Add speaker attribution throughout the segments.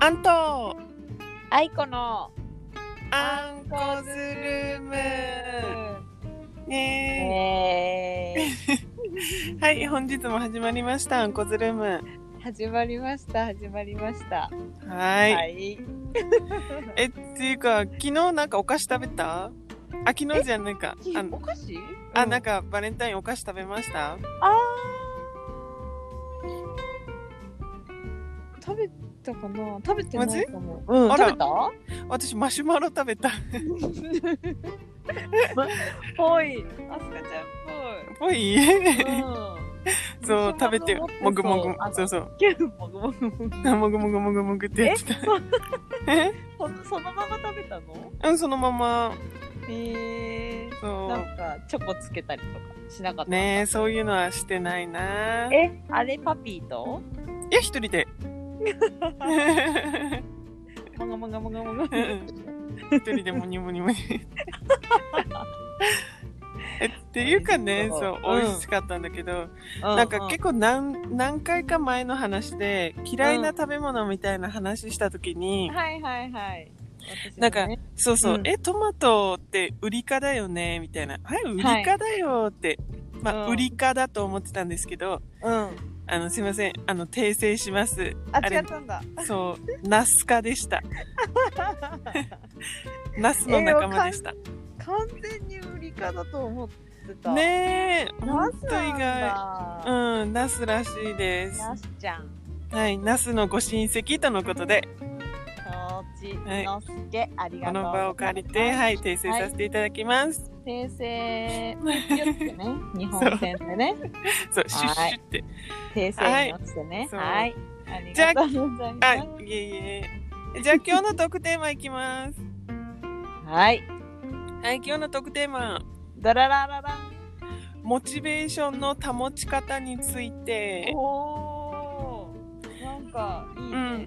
Speaker 1: アント
Speaker 2: あいこの
Speaker 1: アンコズルームね
Speaker 2: え
Speaker 1: え
Speaker 2: ー、
Speaker 1: はい本日も始まりましたアンコズルームは
Speaker 2: 始まりました始まりました
Speaker 1: ーい
Speaker 2: はい
Speaker 1: えっていうか昨日なんかお菓子食べたあ昨日じゃないかあ
Speaker 2: お
Speaker 1: の
Speaker 2: 菓子
Speaker 1: あなん
Speaker 2: か
Speaker 1: かバレンタインお菓子食べました
Speaker 2: あー食べたかな食べてな
Speaker 1: マジ
Speaker 2: いかもうん
Speaker 1: あ
Speaker 2: 食
Speaker 1: ら
Speaker 2: べた
Speaker 1: 私マシュマロ食べた
Speaker 2: ぽいあすかち
Speaker 1: ぽ い
Speaker 2: ゃんぽい、う ん
Speaker 1: そう食べて
Speaker 2: マシュマロ持
Speaker 1: もぐ
Speaker 2: ってそ
Speaker 1: も
Speaker 2: う
Speaker 1: ぐ
Speaker 2: あの
Speaker 1: そうそう
Speaker 2: キュンもぐもぐもぐ
Speaker 1: もぐもぐもぐもぐってやってたえ
Speaker 2: ほんそのまま食べたの
Speaker 1: うんそのまま
Speaker 2: へえ
Speaker 1: そ
Speaker 2: なんかチョコつけたりとかしなかっ
Speaker 1: う
Speaker 2: た
Speaker 1: ねえそういうのはしてないな
Speaker 2: えあれパピ ーと
Speaker 1: いや一人で
Speaker 2: もがもがもがもが
Speaker 1: 一人でモニモニモニえっていうかね
Speaker 2: そう
Speaker 1: そう
Speaker 2: うん
Speaker 1: 美味しかったんだけど、なんか結構何何回か前の話で嫌いな食べ物みたいな話した時に、
Speaker 2: はいはいはい
Speaker 1: なんか
Speaker 2: 私もね
Speaker 1: そうそう、
Speaker 2: うん
Speaker 1: えトマトってウリ科だよねみたいなあれウリ科だよって、まあ、
Speaker 2: うん
Speaker 1: ウリ科だと思ってたんですけど
Speaker 2: うん
Speaker 1: あのすいませんあの訂正します
Speaker 2: あ
Speaker 1: あれ
Speaker 2: 違ったんだ
Speaker 1: そうナス科でしたナスの仲間でした、
Speaker 2: 完全に売りかだと思ってた
Speaker 1: ねえ
Speaker 2: ナ
Speaker 1: 本
Speaker 2: ス
Speaker 1: 当意
Speaker 2: なん
Speaker 1: 外
Speaker 2: だ
Speaker 1: うん、ナスらしいです。
Speaker 2: ナスちゃん
Speaker 1: はい、ナスのご親戚とのことで、
Speaker 2: そっち
Speaker 1: はい
Speaker 2: のすけありが
Speaker 1: こと
Speaker 2: う
Speaker 1: の場を借りて、はい、訂正させていただきます。
Speaker 2: 訂正気をつけてね日 本戦でね
Speaker 1: そう、シュッシュって。
Speaker 2: 訂正に落ちてね
Speaker 1: はい
Speaker 2: はいありがとうござい
Speaker 1: あ、
Speaker 2: ます
Speaker 1: いえいえ。じゃあ今日のトークテーマいき ます。
Speaker 2: はい
Speaker 1: はい、今日のトークテーマ、
Speaker 2: ダララララン
Speaker 1: モチベーションの保ち方について。
Speaker 2: おーなんかいいうね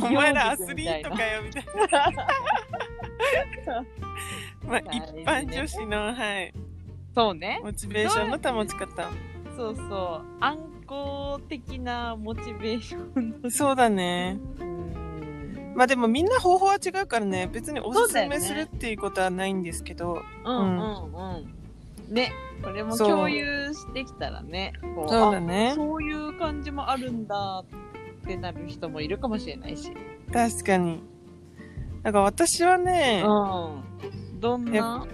Speaker 1: ん。。お前らアスリートかよみたいな。まあ、一般女子の、はい、
Speaker 2: そうね。
Speaker 1: モチベーションの保ち方。
Speaker 2: そうそう。暗号的なモチベーションの。
Speaker 1: そうだね。
Speaker 2: うん。
Speaker 1: まあでもみんな方法は違うからね別におすす
Speaker 2: そうだよね
Speaker 1: めするっていうことはないんですけど
Speaker 2: うんうんうん。ね。これも
Speaker 1: そう
Speaker 2: 共有してきたらね。こ
Speaker 1: そうだね
Speaker 2: あそういう感じもあるんだってなる人もいるかもしれないし。
Speaker 1: 確かになんか私はね、
Speaker 2: うん。どんな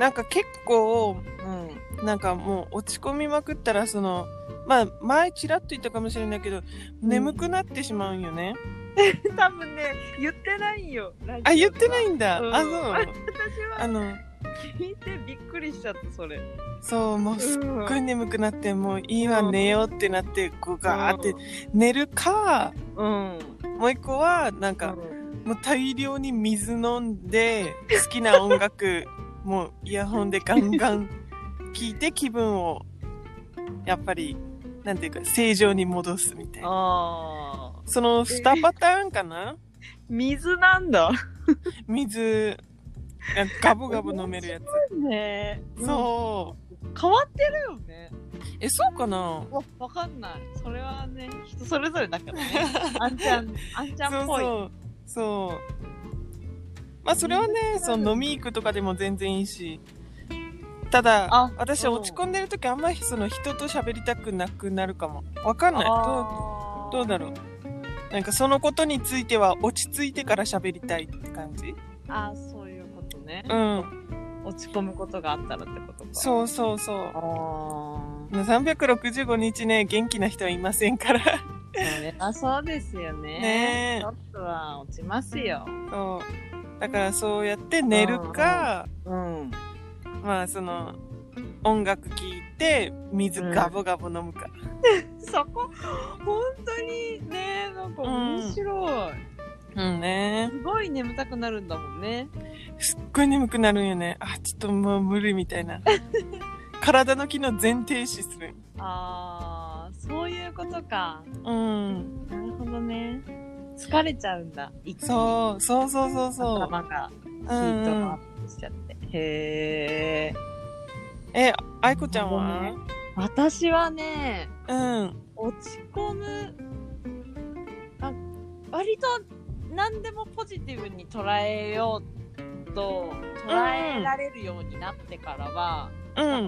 Speaker 1: なんか結構
Speaker 2: うん。
Speaker 1: なんかもう落ち込みまくったらそのまあ前ちらっと言ったかもしれないけど
Speaker 2: うん
Speaker 1: 眠くなってしまうんよね、
Speaker 2: 多分ね、言ってないよ。ラジオでは
Speaker 1: あ言ってないんだ、
Speaker 2: うん
Speaker 1: あそう
Speaker 2: 私
Speaker 1: あ
Speaker 2: は
Speaker 1: の
Speaker 2: 聞いてびっくりしちゃった、それ。
Speaker 1: そうもうすっ
Speaker 2: ご
Speaker 1: ごい眠くなってもういいわ
Speaker 2: うん
Speaker 1: 寝ようってなってこうガーって寝るか
Speaker 2: うん。
Speaker 1: もう一個はなんか、もう大量に水飲んで好きな音楽もうイヤホンでガンガン聴いて気分をやっぱりなんていうか正常に戻すみたいな
Speaker 2: ああ。
Speaker 1: その2パターンかな
Speaker 2: 水なんだ。
Speaker 1: 水ガブガブ飲めるやつ
Speaker 2: ねそ。
Speaker 1: そう
Speaker 2: 変わってるよね。
Speaker 1: うえそうかな
Speaker 2: わ、わかんない。それはね、人それぞれだからね。 あんちゃん、あんちゃん
Speaker 1: そ
Speaker 2: っ
Speaker 1: う
Speaker 2: ぽい。
Speaker 1: そうそうまあそれはねその飲み行くとかでも全然いいしただ
Speaker 2: あ、
Speaker 1: 私落ち込んでる時あんまりその人と喋りたくなくなるかもわかんないどうどうだ
Speaker 2: ろう
Speaker 1: ろうなんかそのことについては落ち着いてから喋りたいって感じ
Speaker 2: あーあー、そういうことね。
Speaker 1: うん
Speaker 2: 落ち込むことがあったらってことか。う。
Speaker 1: そうそうそう
Speaker 2: ああ。
Speaker 1: 365日ね元気な人はいませんから
Speaker 2: それはそうですよね。
Speaker 1: ねえ
Speaker 2: ちょっとは落ちますよ。
Speaker 1: そうだからそうやって寝るか
Speaker 2: うん。
Speaker 1: まあその音楽聴いて水ガブガブ飲むか、
Speaker 2: そこ、本当にね、なんか面白い。
Speaker 1: うんね
Speaker 2: すごい眠たくなるんだもんね。
Speaker 1: すっごい眠くなるんよねあちょっともう無理みたい な体の機能全停止する
Speaker 2: ああ、そういうことか。
Speaker 1: うん
Speaker 2: なるほどね。疲れちゃうんだ。一気に
Speaker 1: そうそうそうそうそう
Speaker 2: 頭がヒ
Speaker 1: うん
Speaker 2: ートアップしちゃって。へえ。
Speaker 1: え、あいこちゃん
Speaker 2: な
Speaker 1: は
Speaker 2: る私はね、
Speaker 1: うん。
Speaker 2: 落ち込む。あ割と何でもポジティブに捉えようと捉えられるようになってからは、
Speaker 1: う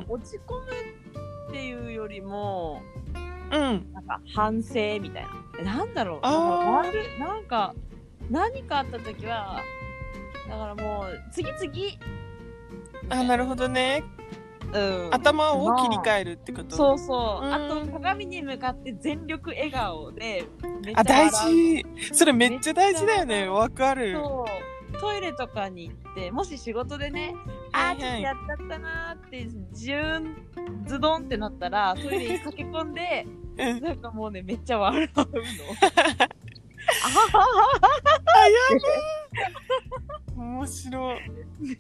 Speaker 1: ん
Speaker 2: 落ち込むっていうよりも
Speaker 1: うん
Speaker 2: なんか反省みたいななんだろう
Speaker 1: あー
Speaker 2: なんか悪いなんか何かあった時はだからもう次々
Speaker 1: あなるほどね
Speaker 2: うん
Speaker 1: 頭を切り替えるってこと
Speaker 2: そうそう、
Speaker 1: うん
Speaker 2: あと鏡に向かって全力笑顔でめっちゃ
Speaker 1: あ
Speaker 2: 笑
Speaker 1: 大
Speaker 2: う
Speaker 1: 事それめっちゃ大事だよねわかる
Speaker 2: そうトイレとかに行ってもし仕事でね
Speaker 1: は
Speaker 2: あ
Speaker 1: いはい
Speaker 2: ーちょっとやっちゃったなーってじゅんズドンってなったらトイレに駆け込んで
Speaker 1: うん
Speaker 2: なんかもうねめっちゃ 笑うのあはは
Speaker 1: 面白い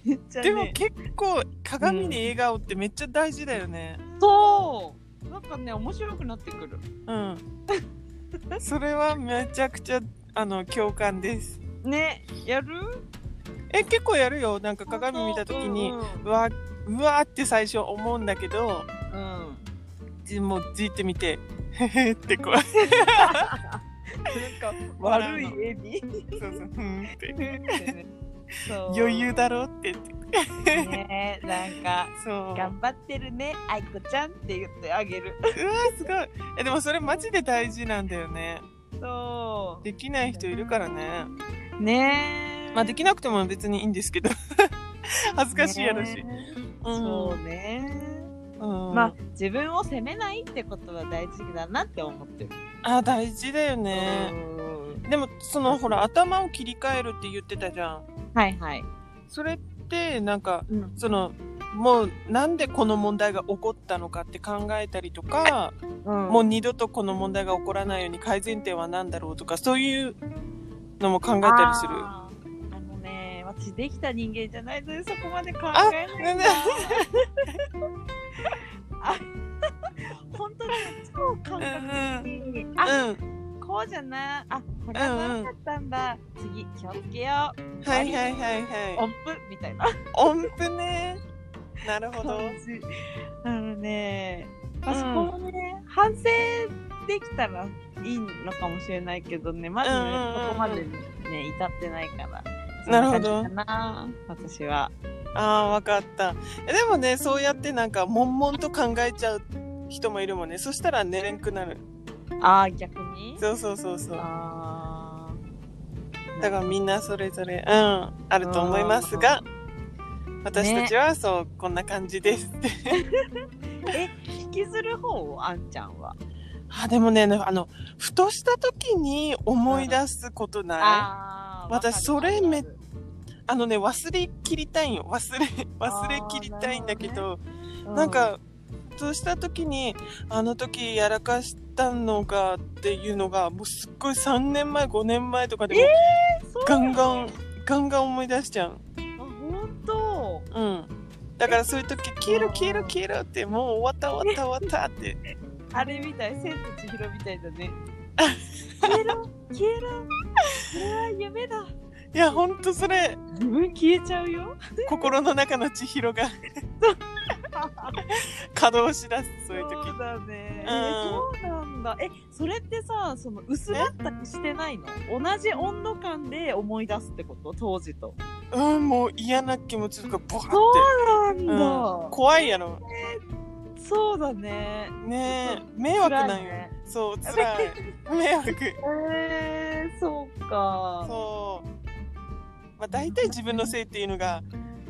Speaker 2: めっちゃ
Speaker 1: でも
Speaker 2: ね
Speaker 1: 結構鏡に笑顔ってめっちゃ大事だよね
Speaker 2: そうなんかね面白くなってくる
Speaker 1: うん、 それはめちゃくちゃあの共感です
Speaker 2: ねやる
Speaker 1: え結構やるよなんか鏡見た時に
Speaker 2: うん
Speaker 1: うわうわーって最初思うんだけど
Speaker 2: うん、うん
Speaker 1: じもうじってみてへへってこう
Speaker 2: なんか悪
Speaker 1: 笑
Speaker 2: いう
Speaker 1: の
Speaker 2: エ ビ
Speaker 1: そうそううんって
Speaker 2: そう
Speaker 1: 余裕だろって言って
Speaker 2: ねなんか
Speaker 1: そううわ
Speaker 2: 頑張ってるね愛子ちゃんって言ってあげる
Speaker 1: すごいえでもそれマジで大事なんだよね
Speaker 2: そ
Speaker 1: できない人いるからね
Speaker 2: うねえ
Speaker 1: まあできなくても別にいいんですけど 恥ずかしいやろし、
Speaker 2: ね
Speaker 1: うん
Speaker 2: そうね、
Speaker 1: うん、
Speaker 2: まあ自分を責めないってことは大事だなって思ってる
Speaker 1: あ大事だよね、
Speaker 2: うん
Speaker 1: でもそのほら頭を切り替えるって言ってたじゃん
Speaker 2: はいはい、
Speaker 1: それってなんか
Speaker 2: うん、
Speaker 1: そのもうなんでこの問題が起こったのかって考えたりとか、もう二度とこの問題が起こらないように改善点は何だろうとかそういうのも考えたりする
Speaker 2: あーあのね私できた人間じゃないのでそこまで考えない
Speaker 1: 全
Speaker 2: な
Speaker 1: 然
Speaker 2: あ本当に超感覚的に、あ
Speaker 1: うん
Speaker 2: こうじゃなあこれはならなかったんだ、次気をつけよう
Speaker 1: はいはいはいは
Speaker 2: 音
Speaker 1: い
Speaker 2: 符みたいな
Speaker 1: 音符ねなるほど
Speaker 2: 感じあのね
Speaker 1: うん
Speaker 2: あそこもね、反省できたらいいのかもしれないけどねまずね、
Speaker 1: うんうんうんうん
Speaker 2: そこまでね至ってないから
Speaker 1: なるほど
Speaker 2: そんな感じかな私は
Speaker 1: あーわかったえでもねそうやってなんか悶々と考えちゃう人もいるもんねそしたら寝れんくなる
Speaker 2: ああ逆に
Speaker 1: そうそうそうそう
Speaker 2: あー
Speaker 1: だからみんなそれぞれ、うん、あると思いますが、私たちはそう、こんな感じですって。
Speaker 2: え引きずる方をあんちゃんは
Speaker 1: あ、でもね、なんかあの、ふとした時に思い出すことな
Speaker 2: あー
Speaker 1: 私
Speaker 2: わかる
Speaker 1: それめいあのね、忘れきりたいんよ。忘れ、忘れきりたいんだけど、
Speaker 2: う
Speaker 1: なんか、ふとした時に、あの時やらかしたのがっていうのが、もうすっごい3年前、5年前とかでも、
Speaker 2: そう
Speaker 1: ガンガン、ガンガン思い出しちゃう。
Speaker 2: あ本当
Speaker 1: うん。だからそういう時消える消える消えるってもう終わった終わった終わったって。
Speaker 2: あれみたい、千と千尋みたいだ ね。消えろ、消えろ。これは夢だ。
Speaker 1: いやほんとそれ
Speaker 2: 自分消えちゃうよ。
Speaker 1: 心の中の千尋 が稼働しだすそういう時。
Speaker 2: そうだね、
Speaker 1: うん
Speaker 2: えそうなんだ。え、それってさ、その薄まったりしてないの？同じ温度感で思い出すってこと？当時と。
Speaker 1: うんもう嫌な気持ちとかボワって。
Speaker 2: そうなんだ。
Speaker 1: うん、怖いやろ。
Speaker 2: そうだね。
Speaker 1: ねえ迷惑なん
Speaker 2: 辛い
Speaker 1: よ。
Speaker 2: ね
Speaker 1: そう辛 い。迷惑。
Speaker 2: えー、そうか。
Speaker 1: そう。まあ大体自分のせいっていうのが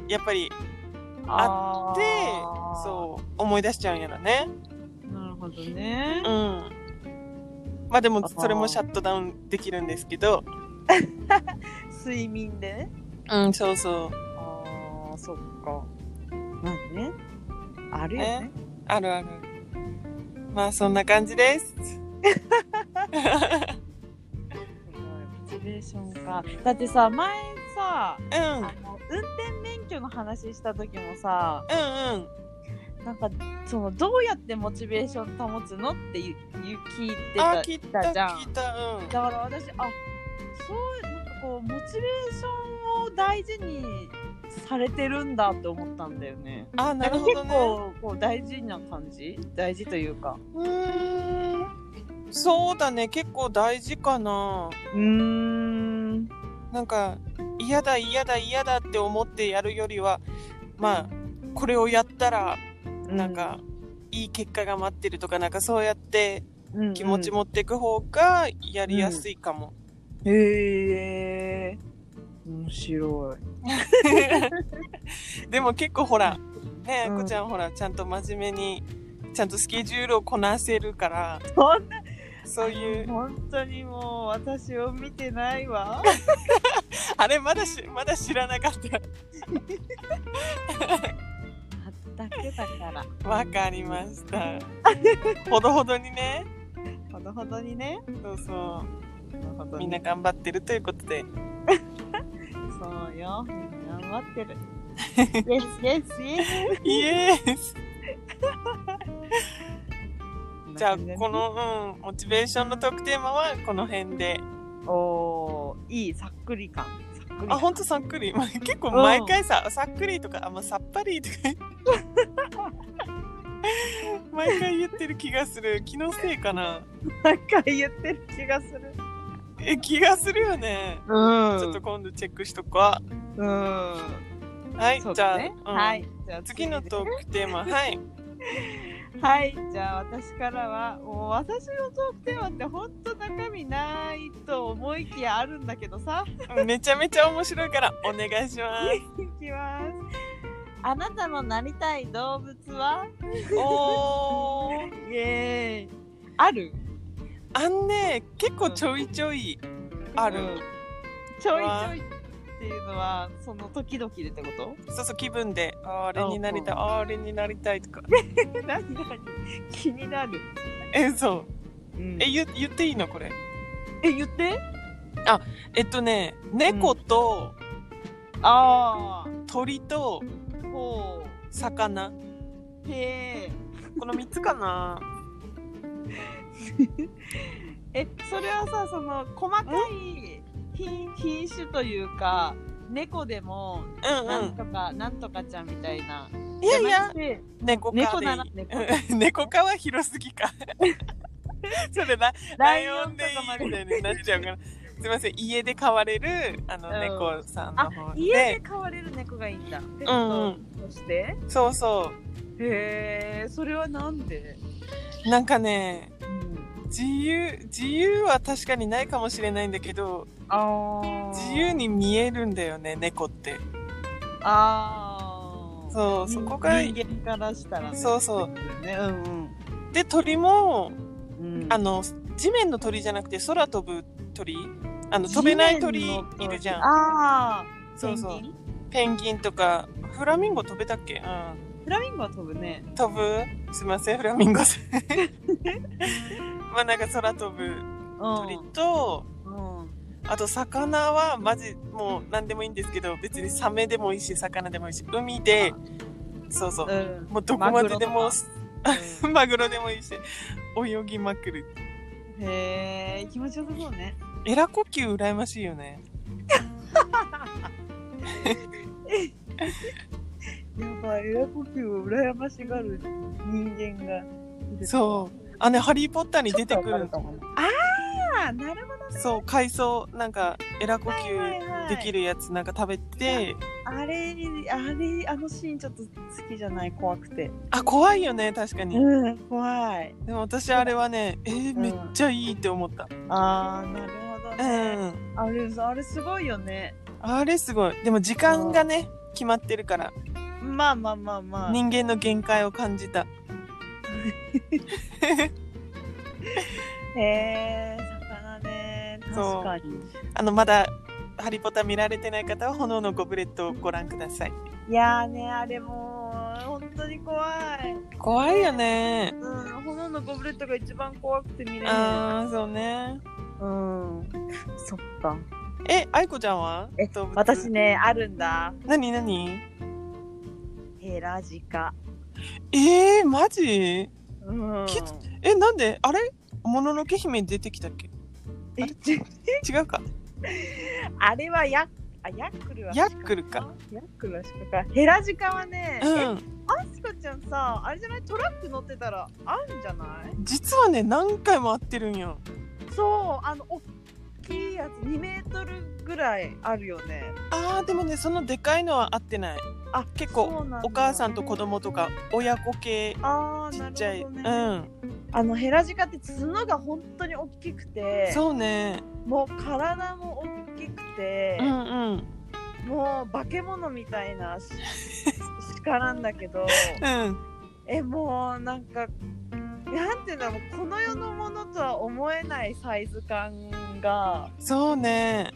Speaker 1: やっぱり
Speaker 2: あ
Speaker 1: でそう思い出しちゃうんやろね。
Speaker 2: う。なるほどね。
Speaker 1: うん。まあでも
Speaker 2: あー
Speaker 1: それもシャットダウンできるんですけど。
Speaker 2: 睡眠でね。
Speaker 1: うん、そうそう。
Speaker 2: あーそっか。まあね。あるよね。
Speaker 1: あるある。まあそんな感じ です。
Speaker 2: すごいモチベーションか。だってさ、前さ、
Speaker 1: うん。うんう
Speaker 2: あの運転免許の話した時もさ、
Speaker 1: ん。
Speaker 2: なんかそのどうやってモチベーション保つのっていういう聞いて
Speaker 1: あ
Speaker 2: た、
Speaker 1: 聞いた
Speaker 2: じゃん
Speaker 1: 聞いた。うん。
Speaker 2: だから私あそうなんかこうモチベーションを大事にされてるんだって思ったんだよね。
Speaker 1: あなるほど
Speaker 2: 結
Speaker 1: ね。
Speaker 2: 構こう大事な感じ大事というか。
Speaker 1: うーん。そうだね結構大事かな
Speaker 2: うーん
Speaker 1: なんか嫌だ嫌だ嫌だって思ってやるよりはまあこれをやったらなんか、いい結果が待ってるとかなんかそうやって
Speaker 2: うん
Speaker 1: 気持ち、
Speaker 2: うん
Speaker 1: 持ってく方がやりやすいかも、
Speaker 2: うんへえ面白い
Speaker 1: でも結構ほらねえ、
Speaker 2: うん
Speaker 1: こちゃんほらちゃんと真面目にちゃんとスケジュールをこなせるから
Speaker 2: そんな
Speaker 1: そういう
Speaker 2: 本当にもう私を見てないわ
Speaker 1: あれまだしまだ知らなかった
Speaker 2: あったけだから
Speaker 1: わかりま した。ほどほどにね。
Speaker 2: ほどほどにね
Speaker 1: そうそ
Speaker 2: ほどほ
Speaker 1: う。
Speaker 2: ど
Speaker 1: み
Speaker 2: に
Speaker 1: んな頑張ってるということで。
Speaker 2: そうよ頑張っ てる Yes, yes, yes
Speaker 1: イエーイじゃあ、こ
Speaker 2: こ
Speaker 1: の、うん、モチベーションのトークテーマはこの辺で。
Speaker 2: のおーいいさっくり感さっくり感
Speaker 1: あ、ほんとさっくり。まあ結構毎回さ、さっくりとか、あんまさっぱりとか。 毎回言ってる気がする。気のせいかな。
Speaker 2: なんか言ってる気がする
Speaker 1: え、気がするよね。
Speaker 2: うん
Speaker 1: ちょっと今度チェックしとこわ。
Speaker 2: うん
Speaker 1: はい、
Speaker 2: そう
Speaker 1: じゃ
Speaker 2: だ
Speaker 1: あ、
Speaker 2: ね
Speaker 1: うん
Speaker 2: はい。じゃあ
Speaker 1: 次の
Speaker 2: で
Speaker 1: トークテーマ、はい。
Speaker 2: はい。じゃあ私からは、もう私のトークテーマって本当中身ないと思いきやあるんだけどさ。
Speaker 1: めちゃめちゃ面白いからお願いしま
Speaker 2: いきます。あなたのなりたい動物は
Speaker 1: す。おー
Speaker 2: イエーイ。ある
Speaker 1: あんね結構ちょいちょいある、
Speaker 2: うんちょいちょいっていうのは、その時々でってこ
Speaker 1: そうそう気分であーあれになりたい、
Speaker 2: うん
Speaker 1: あーあれになりたいとか
Speaker 2: と何何気になる。
Speaker 1: えそう
Speaker 2: うん
Speaker 1: え言言っていいのこれ
Speaker 2: え、言って
Speaker 1: えっとね猫と
Speaker 2: あ
Speaker 1: 鳥と
Speaker 2: あ、ほ
Speaker 1: 魚、
Speaker 2: う。へえ。
Speaker 1: この3つかな
Speaker 2: えそれはさその細かい品品種というか猫でも
Speaker 1: うん
Speaker 2: な
Speaker 1: うん
Speaker 2: とか、なんとかちゃんみたいない
Speaker 1: やい
Speaker 2: じゃな
Speaker 1: や
Speaker 2: くて
Speaker 1: 猫科でいい
Speaker 2: 猫なら
Speaker 1: うん猫科は広すぎか それなラ
Speaker 2: ラ
Speaker 1: イ
Speaker 2: イ
Speaker 1: オ
Speaker 2: オ
Speaker 1: ン
Speaker 2: ン
Speaker 1: で
Speaker 2: と
Speaker 1: い
Speaker 2: かま
Speaker 1: い
Speaker 2: で
Speaker 1: みたいになっちゃうからすいません家で飼われるあの
Speaker 2: うん
Speaker 1: 猫さんの
Speaker 2: あ
Speaker 1: 方で、
Speaker 2: 家で飼われる猫がいいんだペットとして、
Speaker 1: そうそ
Speaker 2: へえそれはなんで、
Speaker 1: うなんかね
Speaker 2: うん、
Speaker 1: 自由自由は確かにないかもしれないんだけど
Speaker 2: あ
Speaker 1: 自由に見えるんだよね猫って
Speaker 2: あー
Speaker 1: そうそこが
Speaker 2: 人間からしたらね
Speaker 1: そうそう
Speaker 2: うねうん
Speaker 1: で鳥も
Speaker 2: うんうん
Speaker 1: あの地面の鳥じゃなくて空飛ぶ鳥あの飛べない鳥いるじゃん
Speaker 2: ああ
Speaker 1: そうそう
Speaker 2: ペ
Speaker 1: ペン
Speaker 2: ンギン
Speaker 1: ギンとかフラミンゴ飛べたっけう
Speaker 2: フラミンゴは飛ぶね
Speaker 1: ん飛ぶすいませんフラミンゴさん まあなんか空飛ぶ鳥と
Speaker 2: うんうん
Speaker 1: あと魚はマジもう何でもいいんですけど別にサメでもいいし魚でもいいし海でそうそう
Speaker 2: うん
Speaker 1: もうどこまででも
Speaker 2: マグロとか
Speaker 1: マグロでもいいし泳ぎまくる
Speaker 2: へえ気持ちよさそうね。
Speaker 1: エラ呼吸羨ましいよね
Speaker 2: やばいエア呼吸を羨ましがる人間がいる。
Speaker 1: そうあねハリー・ポッター
Speaker 2: う
Speaker 1: に出てくる
Speaker 2: ああなるほ
Speaker 1: そう海藻なんかエラ呼
Speaker 2: ど。はい
Speaker 1: 吸
Speaker 2: はいはい
Speaker 1: できるやつなんか食べて
Speaker 2: あれあれあのシーンちょっと好きじゃない怖くて。
Speaker 1: あ怖いよね確かに
Speaker 2: うん怖い。
Speaker 1: でも私あれはねえー
Speaker 2: うん
Speaker 1: めっちゃいいって思った
Speaker 2: ああなるほど
Speaker 1: う
Speaker 2: ね。
Speaker 1: ん
Speaker 2: あれあれすごいよね。
Speaker 1: あれすごいでも時間がね決まってるから
Speaker 2: まあまあまあまあ。
Speaker 1: 人間の限界を感じた
Speaker 2: へえ魚ね
Speaker 1: そう
Speaker 2: 確かに。
Speaker 1: あのまだハリポタ見られてない方は炎のゴブレットをご覧ください
Speaker 2: いやーねあれもう本当に怖い。
Speaker 1: 怖いよね
Speaker 2: うん、炎のゴブレットが一番怖くて見れない。
Speaker 1: ああそうね
Speaker 2: うん。そっか。
Speaker 1: え愛子ちゃんは
Speaker 2: え
Speaker 1: 動物
Speaker 2: 私ね、あるんだ。
Speaker 1: 何何
Speaker 2: ヘラジカ。
Speaker 1: えー、マジ
Speaker 2: うん。
Speaker 1: きえなんであれもののけ姫出てきたっけ
Speaker 2: え
Speaker 1: 違うか
Speaker 2: あれはやあヤックルは
Speaker 1: ヤックルか
Speaker 2: ヤックルは鹿かヘラジカはね、え
Speaker 1: うん
Speaker 2: アスカちゃんさあれじゃないトラック乗ってたらあんじゃない
Speaker 1: 実はね何回も会ってるんよ
Speaker 2: そうあの大きいやつ2メートルぐらいあるよね
Speaker 1: あーでもねそのでかいのは会ってない
Speaker 2: あ
Speaker 1: 結構
Speaker 2: そうなんだ
Speaker 1: お母さんと子供とか親子系
Speaker 2: あー
Speaker 1: ち
Speaker 2: な
Speaker 1: っちゃい、
Speaker 2: るほどね
Speaker 1: うん
Speaker 2: あのヘラジカって角が本当に大きくて
Speaker 1: そうね
Speaker 2: もう体も大きくて、
Speaker 1: うんうん
Speaker 2: もう化け物みたい なし鹿なんだけど
Speaker 1: うん
Speaker 2: えもうなんかなんていうんだろうこの世のものとは思えないサイズ感が
Speaker 1: そうね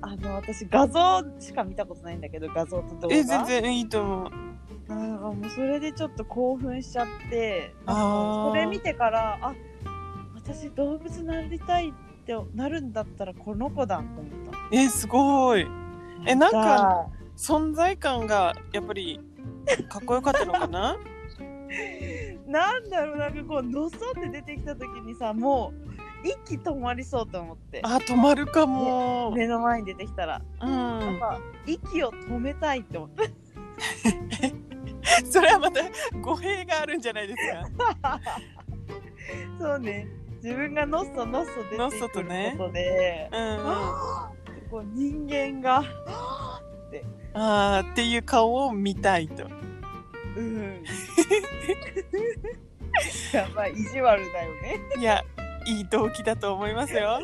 Speaker 2: あの私画像しか見たことないんだけど画像と動画
Speaker 1: え全然いいと思う
Speaker 2: なんかもうそれでちょっと興奮しちゃって
Speaker 1: あー
Speaker 2: なんかそれ見てからあ私動物なりたいってなるんだったらこの子だと思った
Speaker 1: えすごいえなん
Speaker 2: じゃ
Speaker 1: か
Speaker 2: あ
Speaker 1: 存在感がやっぱりかっこよかったのかな
Speaker 2: なんだろうなんかこうのそって出てきた時にさもう息止まりそうと思って
Speaker 1: あ止まるかも、
Speaker 2: 目の前に出てきたら、
Speaker 1: う
Speaker 2: なん
Speaker 1: ん
Speaker 2: か息を止めたいって思って
Speaker 1: それはまた語弊があるんじゃないですか
Speaker 2: そうね自分がのっそのっそ出
Speaker 1: のってそ
Speaker 2: く
Speaker 1: と
Speaker 2: る
Speaker 1: ね
Speaker 2: ことで、
Speaker 1: うんうん
Speaker 2: はぁってこう人間が
Speaker 1: あーっていう顔を見たいと
Speaker 2: うん やばい意地悪だよね
Speaker 1: いやいい動機だと思いますよ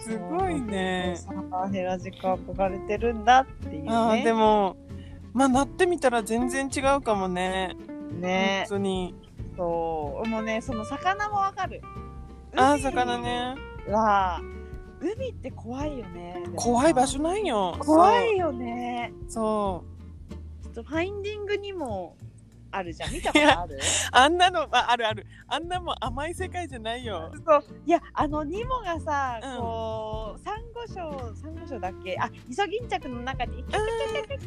Speaker 1: すごいね
Speaker 2: そうそうそうヘラジカ憧れてるんだっていうね
Speaker 1: あーでもまあなってみたら全然違うかもね
Speaker 2: ね
Speaker 1: 本当に
Speaker 2: そうもうねその魚もわかる
Speaker 1: あー
Speaker 2: 海
Speaker 1: 魚ね
Speaker 2: は海って怖いよねでも
Speaker 1: 怖い場所なんよ
Speaker 2: 怖いよね
Speaker 1: そうそう
Speaker 2: ちょっとファインディングにもあるじゃん見たことある
Speaker 1: あんなのああるあるあんなもん甘い世界じゃないよ
Speaker 2: そういやあのニモがさ、
Speaker 1: うん
Speaker 2: こうサンゴ礁サンゴ礁だっけあイソギンチャクの中にキャキャキャキャキャキャ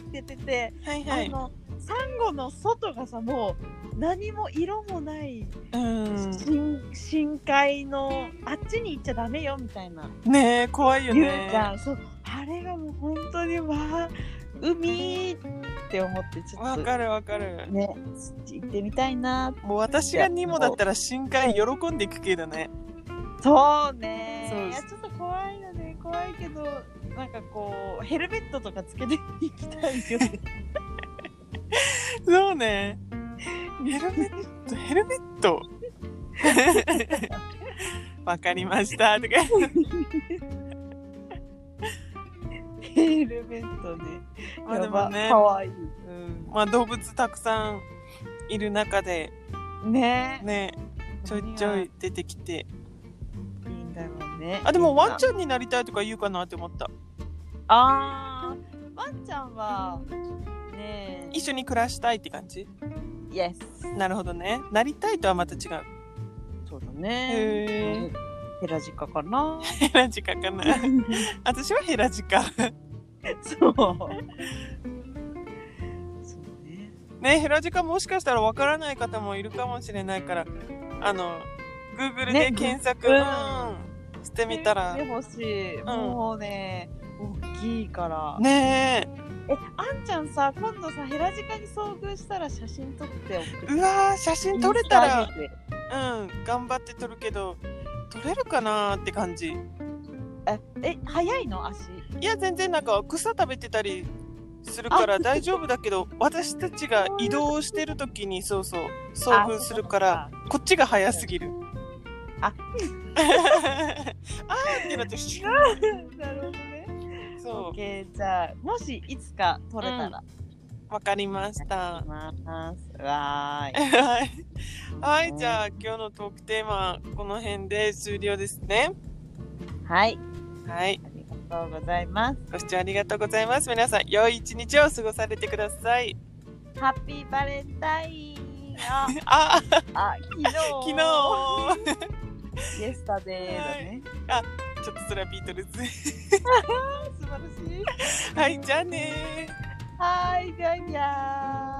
Speaker 2: って出てて、
Speaker 1: はいは
Speaker 2: あ
Speaker 1: い
Speaker 2: のサンゴの外がさもう何も色もない
Speaker 1: うん
Speaker 2: 深深海のあっちに行っちゃダメよみたいな
Speaker 1: ねえ怖いよ
Speaker 2: 言うじゃ
Speaker 1: ね
Speaker 2: ん、そうあれがもう本当にわあ海って思ってちょ
Speaker 1: わ
Speaker 2: っ
Speaker 1: かるわかる
Speaker 2: とね行ってみたいな
Speaker 1: もう私がニモだったら深海喜んでいくけどね
Speaker 2: そうね
Speaker 1: そう
Speaker 2: いやちょっと怖いよね怖いけどなんかこうヘルメットとかつけていきたいよね
Speaker 1: そうねヘルメットヘルメット わかりましたとか
Speaker 2: ヘルメットね
Speaker 1: まあで
Speaker 2: や
Speaker 1: も
Speaker 2: ば、
Speaker 1: ね
Speaker 2: かわいい、う
Speaker 1: まあ動物たくさんいる中で
Speaker 2: ん、ね
Speaker 1: ねちょいちょい出てきて
Speaker 2: いいんだろうね
Speaker 1: あでもワンち
Speaker 2: ゃ
Speaker 1: ゃ
Speaker 2: ん
Speaker 1: んになりたいとか言うかなって思った
Speaker 2: あーワンちゃんはね
Speaker 1: 一緒に暮らしたいって感じ
Speaker 2: イエス
Speaker 1: なるほどねなりたいとはまた違う
Speaker 2: そうだ
Speaker 1: へ
Speaker 2: ねヘラジカ かな
Speaker 1: ヘラジカか な私はヘラジカ
Speaker 2: そう。そうね。
Speaker 1: ねヘラジカもしかしたらわからない方もいるかもしれないからあの Google で
Speaker 2: ね
Speaker 1: 検索、
Speaker 2: うん
Speaker 1: うんしてみたら
Speaker 2: 見てほしい。
Speaker 1: ん
Speaker 2: もうね、大きいから。
Speaker 1: ね
Speaker 2: え、あんちゃんさ、今度さ、ヘラジカに遭遇したら写真撮って送
Speaker 1: え
Speaker 2: っ
Speaker 1: う
Speaker 2: て。
Speaker 1: わー写真撮れた
Speaker 2: イン
Speaker 1: ら
Speaker 2: スタ上げて
Speaker 1: うん頑張って撮るけど撮れるかなーって感じ
Speaker 2: え、え、早いの足。
Speaker 1: いや全然なんか草食べてたりするから
Speaker 2: あ
Speaker 1: 大丈夫だけど私たちが移動してる時にそうそう遭遇するから
Speaker 2: あ。
Speaker 1: こっちが早すぎる
Speaker 2: あ
Speaker 1: あーってな ってシュー
Speaker 2: そうかそうかなるほどね。
Speaker 1: そ
Speaker 2: オッケー、じゃあ、もしいつか撮れたら。
Speaker 1: うわかりました
Speaker 2: 行きます。わーい。
Speaker 1: はい、はい、じゃあ今日のトークテーマこの辺で終了ですね。
Speaker 2: はい。
Speaker 1: はい、
Speaker 2: ありがとうございます。
Speaker 1: ご視聴ありがとうございます。皆さん良い一日を過ごされてください。
Speaker 2: ハッピーバレンタインあ
Speaker 1: あ、
Speaker 2: あ昨日
Speaker 1: 昨日ち ょ
Speaker 2: イエスタデーだね、
Speaker 1: っとそれはビートルズ。
Speaker 2: 素晴らしい
Speaker 1: はい、じゃあねー。
Speaker 2: はいじゃあじゃあ